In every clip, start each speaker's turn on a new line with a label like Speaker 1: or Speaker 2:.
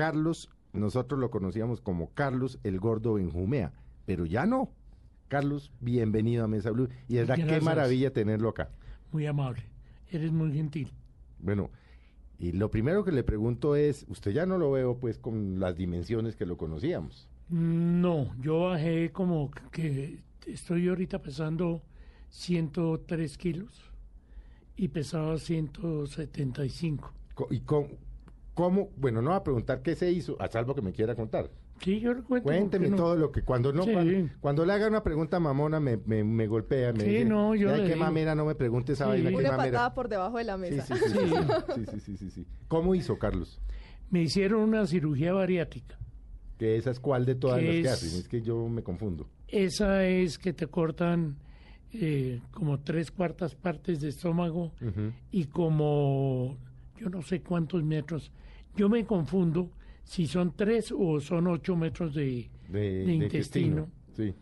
Speaker 1: Carlos, nosotros lo conocíamos como Carlos el Gordo Benjumea, pero ya no. Carlos, bienvenido a Mesa Blue. Y es verdad, qué
Speaker 2: Gracias.
Speaker 1: maravilla tenerlo acá.
Speaker 2: Muy amable. Eres muy gentil.
Speaker 1: Bueno, y lo primero que le pregunto es, usted ya no lo veo pues con las dimensiones que lo conocíamos.
Speaker 2: No, yo bajé como que estoy ahorita pesando 103 kilos y pesaba 175.
Speaker 1: Co- ¿Y cómo, cómo- Bueno, no va a preguntar qué se hizo, a salvo que me quiera contar.
Speaker 2: Sí, yo lo cuento. ¿por qué
Speaker 1: Cuénteme
Speaker 2: no?
Speaker 1: todo lo que cuando no
Speaker 2: Sí.
Speaker 1: cuando, cuando le haga una pregunta mamona me, me, me golpea, me
Speaker 2: Sí,
Speaker 1: dice,
Speaker 2: no, yo
Speaker 1: "Ay,
Speaker 2: le
Speaker 1: qué
Speaker 2: digo".
Speaker 1: mamera, no me preguntes esa
Speaker 2: Sí.
Speaker 1: vaina, qué
Speaker 2: Una
Speaker 3: Una
Speaker 1: mamera.
Speaker 3: patada por debajo de la
Speaker 1: Sí,
Speaker 3: mesa.
Speaker 1: sí, sí, sí, sí, sí, sí, sí, sí. ¿Cómo hizo Carlos?
Speaker 2: Me hicieron una cirugía bariátrica.
Speaker 1: Que esa es cuál de todas
Speaker 2: ¿Qué
Speaker 1: las que
Speaker 2: es?
Speaker 1: hacen, es que yo me confundo.
Speaker 2: Esa es que te cortan eh, como tres cuartas partes de estómago
Speaker 1: Ujú.
Speaker 2: y como yo no sé cuántos metros. Yo me confundo si son tres o son ocho metros de,
Speaker 1: De,
Speaker 2: de
Speaker 1: de
Speaker 2: intestino.
Speaker 1: Sí.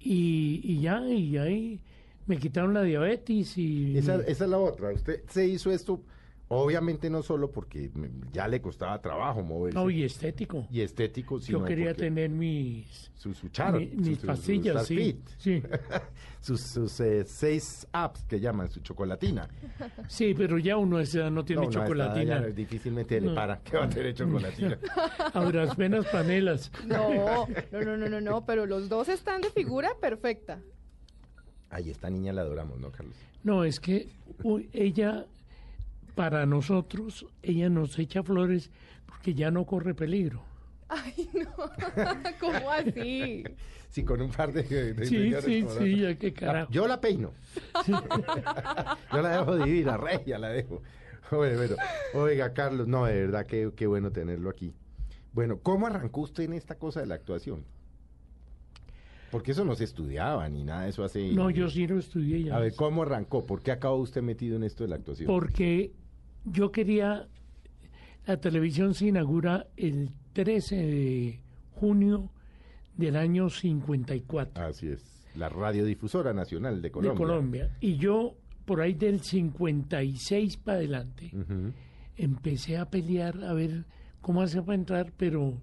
Speaker 2: Y, y ya, y ahí me quitaron la diabetes y...
Speaker 1: Esa, esa es la otra. Usted se hizo esto, obviamente no solo porque me- ya le costaba trabajo moverse
Speaker 2: no, y estético.
Speaker 1: y estético, sino
Speaker 2: yo quería
Speaker 1: porque
Speaker 2: tener mis...
Speaker 1: su, su charo,
Speaker 2: mi-
Speaker 1: su-
Speaker 2: mis
Speaker 1: su- su
Speaker 2: pastillas,
Speaker 1: Star
Speaker 2: sí,
Speaker 1: Fit.
Speaker 2: sí.
Speaker 1: sus, sus, eh, seis apps que llaman su chocolatina.
Speaker 2: Sí, pero ya uno a esa edad no tiene
Speaker 1: No, no,
Speaker 2: chocolatina.
Speaker 1: está, ya difícilmente le
Speaker 2: No.
Speaker 1: para que va a tener chocolatina.
Speaker 2: Ahora apenas panelas.
Speaker 3: No, no, no, no, no, no, pero los dos están de figura perfecta.
Speaker 1: Ay, esta niña la adoramos, ¿no, Carlos?
Speaker 2: No, es que u- ella, para nosotros, ella nos echa flores porque ya no corre peligro.
Speaker 3: Ay, no, ¿cómo así?
Speaker 1: Sí, con un par de. de
Speaker 2: Sí,
Speaker 1: señores
Speaker 2: sí,
Speaker 1: como
Speaker 2: sí,
Speaker 1: nosotros.
Speaker 2: ya qué
Speaker 1: Ah,
Speaker 2: carajo.
Speaker 1: Yo la peino. Yo la dejo divina, regia la dejo. Oye, bueno, oiga, Carlos, no, de verdad, qué, qué bueno tenerlo aquí. Bueno, ¿cómo arrancó usted en esta cosa de la actuación? Porque eso no se estudiaba ni nada, eso hace...
Speaker 2: No, yo sí lo estudié ya.
Speaker 1: A ver, ¿cómo arrancó? ¿Por qué acabó usted metido en esto de la actuación?
Speaker 2: Porque yo quería, la televisión se inaugura el 13 de junio del año 54
Speaker 1: Así es, la radiodifusora nacional Ah, de Colombia.
Speaker 2: de Colombia. Y yo, por ahí del 56 para adelante,
Speaker 1: Ujú.
Speaker 2: empecé a pelear a ver cómo hacía para entrar, pero,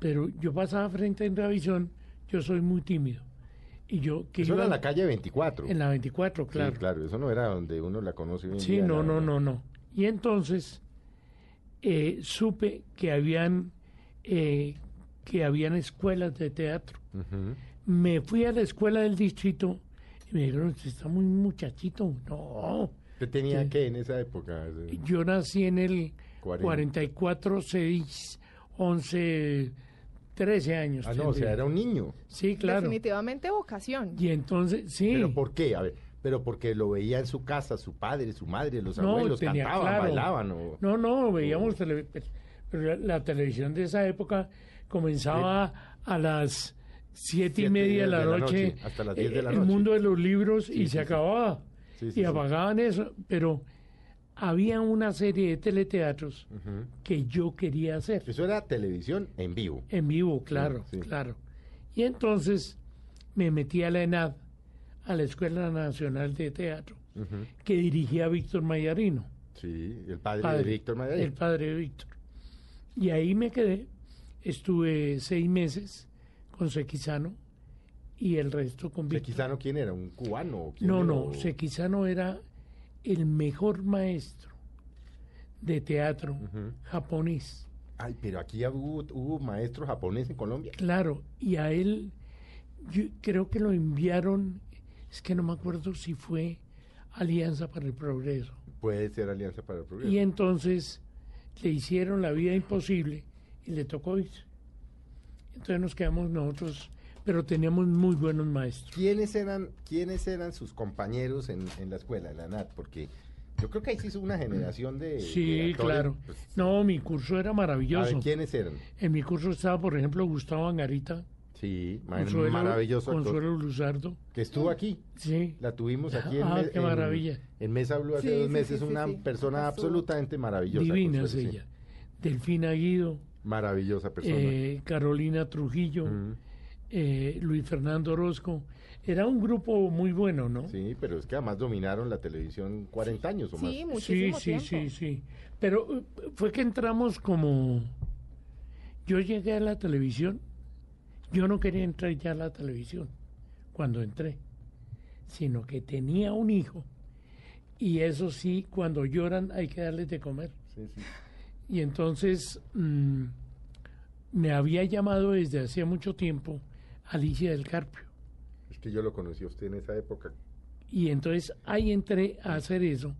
Speaker 2: pero yo pasaba frente a Endravisión, yo soy muy tímido. Y yo que
Speaker 1: Eso era
Speaker 2: iba
Speaker 1: en la calle 24.
Speaker 2: en la 24,
Speaker 1: Sí,
Speaker 2: claro.
Speaker 1: eso no era donde uno la conoce hoy en
Speaker 2: Sí,
Speaker 1: día,
Speaker 2: no,
Speaker 1: la
Speaker 2: no,
Speaker 1: verdad.
Speaker 2: no, no. Y entonces eh, supe que habían eh, que habían escuelas de teatro.
Speaker 1: Ujú.
Speaker 2: Me fui a la escuela del distrito y me dijeron, usted está muy muchachito. No,
Speaker 1: ¿Usted tenía
Speaker 2: Sí.
Speaker 1: qué en esa época? Eh,
Speaker 2: yo nací en el
Speaker 1: Cuarenta.
Speaker 2: 44, 6, 11, 13 años.
Speaker 1: Ah, no, o sea,
Speaker 2: tendría.
Speaker 1: era un niño.
Speaker 2: Sí, claro.
Speaker 3: Definitivamente vocación.
Speaker 2: Y entonces, sí.
Speaker 1: ¿Pero por qué? A ver, pero porque lo veía en su casa, su padre, su madre, los
Speaker 2: No,
Speaker 1: abuelos,
Speaker 2: tenía
Speaker 1: cantaban,
Speaker 2: claro.
Speaker 1: bailaban. O...
Speaker 2: No, no, veíamos tele- pues, pero la, la televisión de esa época comenzaba a las siete y
Speaker 1: Siete
Speaker 2: media de la noche, eh,
Speaker 1: hasta las diez de la
Speaker 2: el
Speaker 1: noche.
Speaker 2: mundo de los libros y
Speaker 1: Sí,
Speaker 2: se
Speaker 1: sí, sí.
Speaker 2: acababa
Speaker 1: Sí, sí,
Speaker 2: y
Speaker 1: sí.
Speaker 2: apagaban eso, pero había una serie de teleteatros
Speaker 1: Ujú.
Speaker 2: que yo quería hacer
Speaker 1: Eso era televisión en vivo.
Speaker 2: en vivo, claro,
Speaker 1: sí.
Speaker 2: claro. Y entonces me metí a la ENAD, a la Escuela Nacional de Teatro,
Speaker 1: Ujú.
Speaker 2: que dirigía Víctor Mayarino.
Speaker 1: Sí, el padre,
Speaker 2: Padre,
Speaker 1: de Víctor Madrid.
Speaker 2: El padre de Víctor. Y ahí me quedé. Estuve seis meses con Sequizano y el resto con Víctor.
Speaker 1: ¿Sequizano quién era? ¿Un cubano? o quién
Speaker 2: No,
Speaker 1: era?
Speaker 2: no,
Speaker 1: O-
Speaker 2: Sequizano era el mejor maestro de teatro
Speaker 1: Ujú.
Speaker 2: japonés.
Speaker 1: Ay, pero aquí hubo, hubo maestro japonés en Colombia.
Speaker 2: Claro, y a él yo creo que lo enviaron, es que no me acuerdo si fue Alianza para el Progreso.
Speaker 1: Puede ser Alianza para el Progreso.
Speaker 2: Y entonces le hicieron la vida imposible y le tocó ir. Entonces nos quedamos nosotros, pero teníamos muy buenos maestros.
Speaker 1: ¿Quiénes eran, quiénes eran sus compañeros en, en la escuela, en la NAT? Porque yo creo que ahí se hizo una generación de. de
Speaker 2: Sí,
Speaker 1: actores,
Speaker 2: claro.
Speaker 1: pues,
Speaker 2: No, mi curso era
Speaker 1: a ver,
Speaker 2: maravilloso.
Speaker 1: ¿quiénes eran?
Speaker 2: En mi curso estaba, por ejemplo, Gustavo Angarita,
Speaker 1: Sí, ma-
Speaker 2: Consuelo,
Speaker 1: maravilloso. actor,
Speaker 2: Consuelo Luzardo.
Speaker 1: que estuvo aquí.
Speaker 2: Sí,
Speaker 1: La tuvimos aquí en,
Speaker 2: Ah,
Speaker 1: me-
Speaker 2: qué
Speaker 1: en-
Speaker 2: maravilla.
Speaker 1: en Mesa Blue hace
Speaker 3: Sí,
Speaker 1: dos
Speaker 3: sí,
Speaker 1: meses.
Speaker 3: sí, sí,
Speaker 1: una
Speaker 3: sí.
Speaker 1: persona
Speaker 3: Estuvo.
Speaker 1: absolutamente maravillosa.
Speaker 2: divina es
Speaker 1: Consuelo, sí.
Speaker 2: ella. Delfina Guido,
Speaker 1: Maravillosa persona.
Speaker 2: eh, Carolina Trujillo,
Speaker 1: Mm,
Speaker 2: eh, Luis Fernando Orozco. Era un grupo muy bueno, ¿no?
Speaker 1: Sí, pero es que además dominaron la televisión 40 años o más.
Speaker 3: Sí, muchísimo
Speaker 2: sí,
Speaker 3: tiempo.
Speaker 2: sí, sí, sí. Pero eh, fue que entramos como Yo llegué a la televisión, yo no quería entrar ya a la televisión cuando entré, sino que tenía un hijo y eso sí, cuando lloran hay que darles de comer.
Speaker 1: Sí, sí.
Speaker 2: Y entonces mm, me había llamado desde hacía mucho tiempo Alicia del Carpio.
Speaker 1: Es que yo lo conocí a usted en esa época.
Speaker 2: Y entonces ahí entré a hacer eso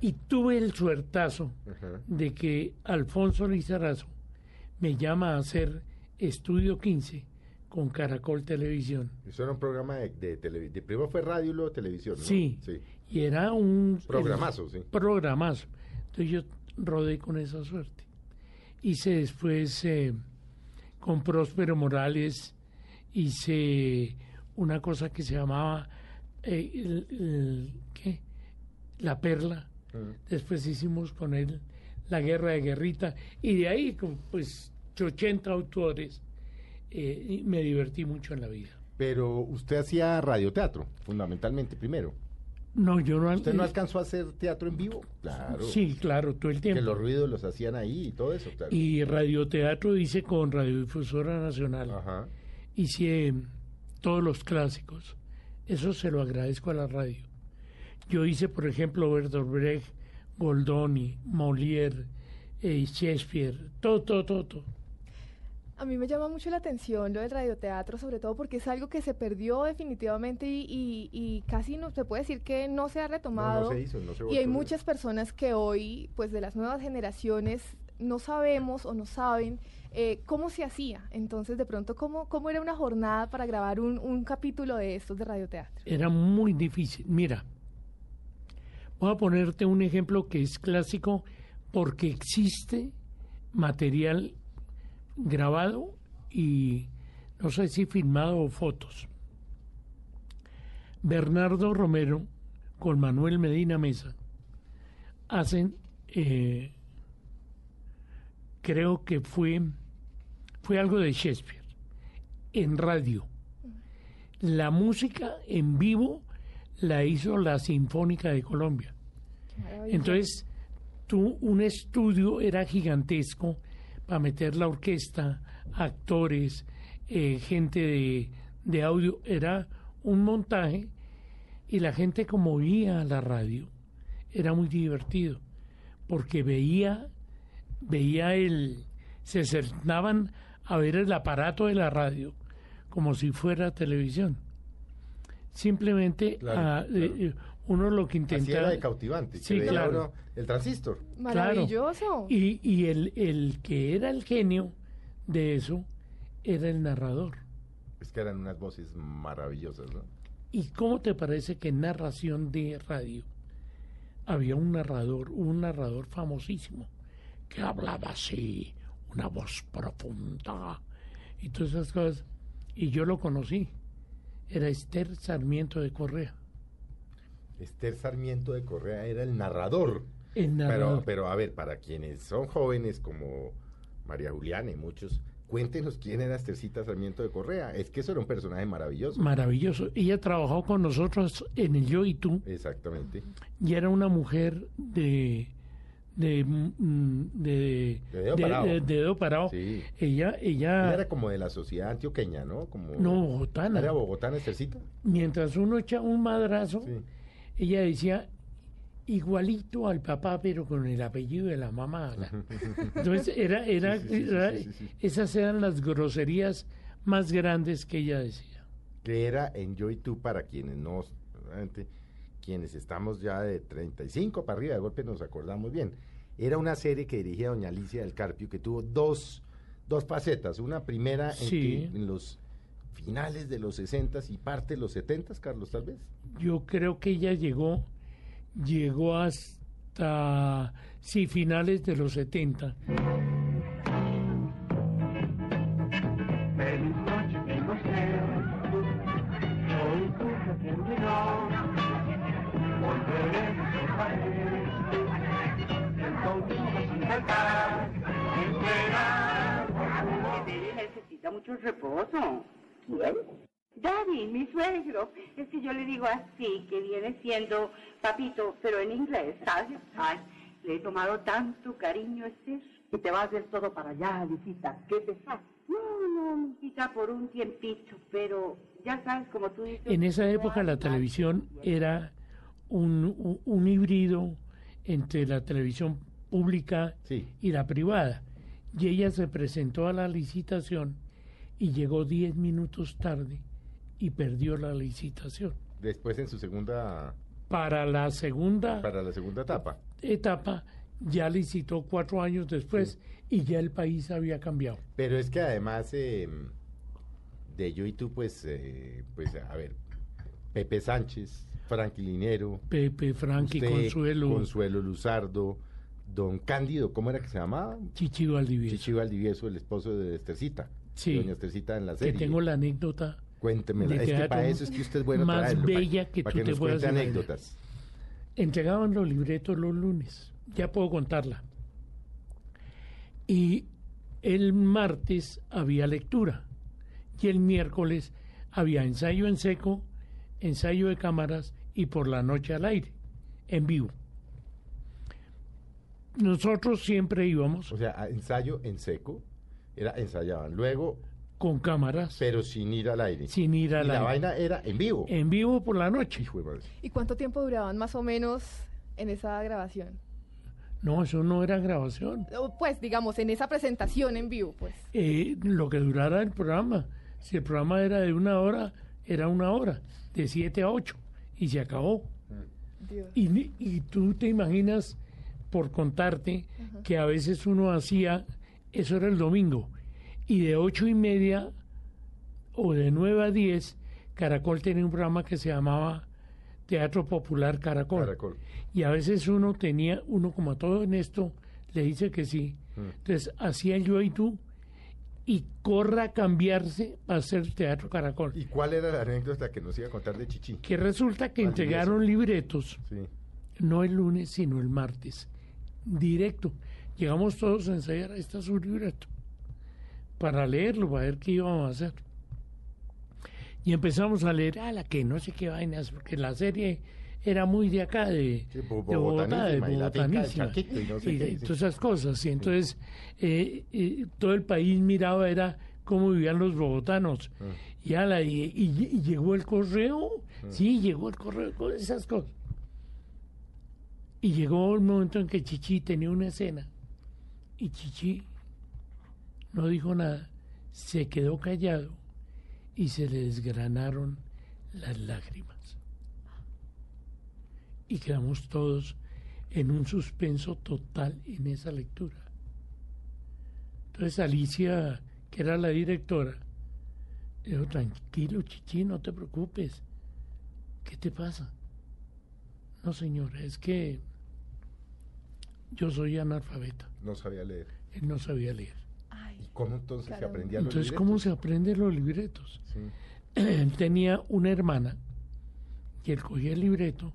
Speaker 2: y tuve el suertazo
Speaker 1: Ajá.
Speaker 2: de que Alfonso Lizarazo me llama a hacer Estudio 15 con Caracol Televisión.
Speaker 1: Eso era un programa de, de, tele- de- primero fue radio y luego televisión, ¿no?
Speaker 2: Sí. Y era un...
Speaker 1: Programazo, sí.
Speaker 2: Programazo. Entonces yo rodé con esa suerte. Hice después eh, con Próspero Morales, hice una cosa que se llamaba... eh, el- el- ¿Qué? La Perla.
Speaker 1: Ujú.
Speaker 2: Después hicimos con él la guerra de guerrita y de ahí como, pues 80 autores eh, y me divertí mucho en la vida.
Speaker 1: Pero usted hacía radioteatro, fundamentalmente, primero.
Speaker 2: No, yo no, al-
Speaker 1: ¿Usted no alcanzó a hacer teatro en vivo? Claro.
Speaker 2: Sí, claro, todo el
Speaker 1: Que
Speaker 2: tiempo.
Speaker 1: los ruidos los hacían ahí y todo eso, claro.
Speaker 2: Y radioteatro hice con Radiodifusora Nacional.
Speaker 1: Ajá.
Speaker 2: Hice eh, todos los clásicos. Eso se lo agradezco a la radio. Yo hice, por ejemplo, Bertolt Brecht, Goldoni, Molière, eh, Shakespeare, todo, todo, todo, todo.
Speaker 3: A mí me llama mucho la atención lo del radioteatro, sobre todo porque es algo que se perdió definitivamente y, y- y casi no se puede decir que no se ha
Speaker 1: No,
Speaker 3: retomado.
Speaker 1: no se hizo, no se
Speaker 3: y hay
Speaker 1: volvió.
Speaker 3: muchas personas que hoy, pues de las nuevas generaciones, no sabemos o no saben eh, cómo se hacía. Entonces, de pronto, ¿cómo, cómo era una jornada para grabar un, un capítulo de estos de radioteatro?
Speaker 2: Era muy difícil. Mira, voy a ponerte un ejemplo que es clásico porque existe material grabado y no sé si filmado o fotos. Bernardo Romero con Manuel Medina Mesa hacen, eh, creo que fue, fue algo de Shakespeare, en radio. La música en vivo la hizo la Sinfónica de Colombia.
Speaker 3: Qué maravilla.
Speaker 2: Entonces, tú, un estudio era gigantesco para meter la orquesta, actores, eh, gente de, de audio. Era un montaje y la gente como oía a la radio era muy divertido porque veía, veía el, se sentaban a ver el aparato de la radio como si fuera televisión. Simplemente
Speaker 1: Claro,
Speaker 2: ah,
Speaker 1: claro.
Speaker 2: eh, uno lo
Speaker 1: Así
Speaker 2: que intentaba...
Speaker 1: era de cautivante. que
Speaker 2: Sí,
Speaker 1: veía
Speaker 2: claro.
Speaker 1: uno el transistor.
Speaker 3: Maravilloso.
Speaker 2: Y, y el, el que era el genio de eso era el narrador.
Speaker 1: Es que eran unas voces maravillosas, ¿no?
Speaker 2: ¿Y cómo te parece que en narración de radio había un narrador, un narrador famosísimo, que hablaba así, una voz profunda y todas esas cosas? Y yo lo conocí. Era Esther Sarmiento de Correa.
Speaker 1: Esther Sarmiento de Correa era el narrador.
Speaker 2: El
Speaker 1: Pero,
Speaker 2: narrador.
Speaker 1: pero a ver, para quienes son jóvenes como María Juliana y muchos, cuéntenos quién era Estercita Sarmiento de Correa. Es que eso era un personaje maravilloso.
Speaker 2: Maravilloso. Ella trabajó con nosotros en el Yo y Tú.
Speaker 1: Exactamente.
Speaker 2: y era una mujer de de mm, de,
Speaker 1: De dedo parado.
Speaker 2: de- de dedo parado.
Speaker 1: Sí.
Speaker 2: ella
Speaker 1: Ella
Speaker 2: ella
Speaker 1: era como de la sociedad antioqueña, ¿no? Como,
Speaker 2: Ah. no bogotana
Speaker 1: Era bogotana Estercita.
Speaker 2: mientras uno echa un madrazo
Speaker 1: Sí.
Speaker 2: ella decía igualito al papá pero con el apellido de la mamá entonces era era,
Speaker 1: Sí, sí, sí, sí,
Speaker 2: era-
Speaker 1: sí, sí, sí.
Speaker 2: esas eran las groserías más grandes que ella decía
Speaker 1: que era en Yo y Tú para quienes no, realmente, quienes estamos ya de 35 para arriba, de golpe nos acordamos bien. Era una serie que dirigía doña Alicia del Carpio que tuvo dos, dos facetas. Una primera en,
Speaker 2: Sí.
Speaker 1: que en los finales de los 60 y parte de los 70, Carlos, tal vez.
Speaker 2: yo creo que ella llegó llegó hasta sí finales de los 70
Speaker 4: Feliz noche tenga usted, yo y tú septiembre-dos, volveremos al país, el domingo sin faltar, en plena
Speaker 5: Bebé necesita mucho reposo.
Speaker 4: ¿Quién?
Speaker 5: Daddy, mi suegro, es que yo le digo así, que viene siendo papito, pero en inglés, ¿sabes? Ay, le he tomado tanto cariño, es que te va a hacer todo para allá, Lucita. ¿Qué te pasa? No, no, mijita, por un tiempito, pero ya sabes, como tú dices...
Speaker 2: En esa época la televisión era un, un- un híbrido entre la televisión pública
Speaker 1: Sí.
Speaker 2: y la privada. Y ella se presentó a la licitación y llegó 10 minutos tarde y perdió la licitación.
Speaker 1: Después en su segunda,
Speaker 2: Para la segunda
Speaker 1: para la segunda etapa.
Speaker 2: etapa ya licitó cuatro años después y ya el país había cambiado.
Speaker 1: Pero es que además eh, de yo y tú, pues, eh, pues, a ver, Pepe Sánchez, Franquilinero,
Speaker 2: Pepe, Frankie,
Speaker 1: usted,
Speaker 2: Consuelo,
Speaker 1: Consuelo Luzardo, Don Cándido, ¿cómo era que se llamaba?
Speaker 2: Chichi Valdivieso.
Speaker 1: Chichi Valdivieso, el esposo de Estercita.
Speaker 2: Sí.
Speaker 1: Doña Estercita en la
Speaker 2: que
Speaker 1: serie.
Speaker 2: tengo la anécdota
Speaker 1: Cuéntemela.
Speaker 2: de
Speaker 1: Es que
Speaker 2: teatro
Speaker 1: para eso es que usted es bueno
Speaker 2: más
Speaker 1: traerlo, para-
Speaker 2: bella que
Speaker 1: para
Speaker 2: tú
Speaker 1: que
Speaker 2: te
Speaker 1: nos
Speaker 2: puedas
Speaker 1: cuente
Speaker 2: imaginar.
Speaker 1: anécdotas.
Speaker 2: entregaban los libretos los lunes. Ya puedo contarla. Y el martes había lectura. Y el miércoles había ensayo en seco, ensayo de cámaras y por la noche al aire, en vivo. Nosotros siempre íbamos
Speaker 1: O sea, a- ensayo en seco, era ensayaban. Luego,
Speaker 2: con cámaras
Speaker 1: pero sin ir al aire.
Speaker 2: sin ir a
Speaker 1: y la
Speaker 2: la
Speaker 1: vaina era en vivo.
Speaker 2: en vivo por la noche.
Speaker 1: Hijo de madre.
Speaker 3: ¿Y cuánto tiempo duraban más o menos en esa grabación?
Speaker 2: No, eso no era grabación.
Speaker 3: O, Pues digamos, en esa presentación en vivo, pues.
Speaker 2: eh, lo que durara el programa. Si el programa era de una hora, era una hora, de 7 a 8, y se acabó.
Speaker 3: Dios.
Speaker 2: Y, ni- y tú te imaginas, por contarte, que a veces uno hacía, eso era el domingo, y de 8 y media o de 9 a 10, Caracol tenía un programa que se llamaba Teatro Popular
Speaker 1: Caracol.
Speaker 2: y a veces uno tenía, uno como a todo en esto, le dice que sí. Entonces hacía yo y tú y corra a cambiarse para hacer teatro caracol.
Speaker 1: ¿Y cuál era la anécdota que nos iba a contar de Chichi?
Speaker 2: Que resulta que
Speaker 1: Al
Speaker 2: entregaron libretos,
Speaker 1: Sí.
Speaker 2: no el lunes, sino el martes, directo. Llegamos todos a ensayar, esta es un libreto, para leerlo, para ver qué íbamos a hacer. Y empezamos a leer, a la que no sé qué vainas, porque la serie era muy de acá, de,
Speaker 1: Sí,
Speaker 2: de
Speaker 1: bo-
Speaker 2: Bogotá, de
Speaker 1: botanísima, y la finca del
Speaker 2: Botanísima,
Speaker 1: Chaquito y no sé
Speaker 2: y
Speaker 1: qué,
Speaker 2: de
Speaker 1: sí.
Speaker 2: todas esas cosas. Y entonces eh, eh, todo el país miraba, era cómo vivían los bogotanos.
Speaker 1: Ah,
Speaker 2: Y, ala, y, y- y llegó el correo, sí, llegó el correo, todas esas cosas. Y llegó el momento en que Chichi tenía una escena. Y Chichi no dijo nada, se quedó callado y se le desgranaron las lágrimas. Y quedamos todos en un suspenso total en esa lectura. Entonces Alicia, que era la directora, dijo, tranquilo, Chichi, no te preocupes. ¿Qué te pasa? No, señora, es que yo soy analfabeta.
Speaker 1: No sabía leer.
Speaker 2: Él no sabía leer.
Speaker 1: ¿Y
Speaker 3: Ay,
Speaker 1: cómo entonces se
Speaker 3: Caramba.
Speaker 1: aprendía los
Speaker 2: Entonces, ¿cómo se
Speaker 1: libretos?
Speaker 2: aprenden los libretos?
Speaker 1: Sí.
Speaker 2: él tenía una hermana que él cogía el libreto,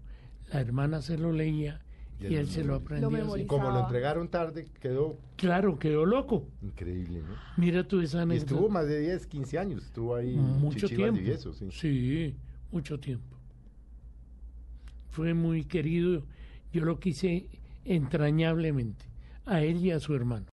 Speaker 2: la hermana se lo leía
Speaker 1: Y
Speaker 2: y,
Speaker 1: él
Speaker 2: él
Speaker 1: lo
Speaker 2: se lo
Speaker 1: memoriza.
Speaker 2: aprendía.
Speaker 3: Lo
Speaker 1: Y
Speaker 2: así.
Speaker 3: memoriza.
Speaker 1: como lo entregaron tarde, quedó
Speaker 2: Claro, quedó loco.
Speaker 1: increíble, ¿no?
Speaker 2: Mira tú esa
Speaker 1: Y
Speaker 2: anécdota.
Speaker 1: estuvo más de 10, 15 años. Estuvo ahí
Speaker 2: mucho
Speaker 1: Chichi
Speaker 2: tiempo.
Speaker 1: Valdivieso, sí.
Speaker 2: mucho tiempo. Fue muy querido. Yo lo quise entrañablemente a él y a su hermano.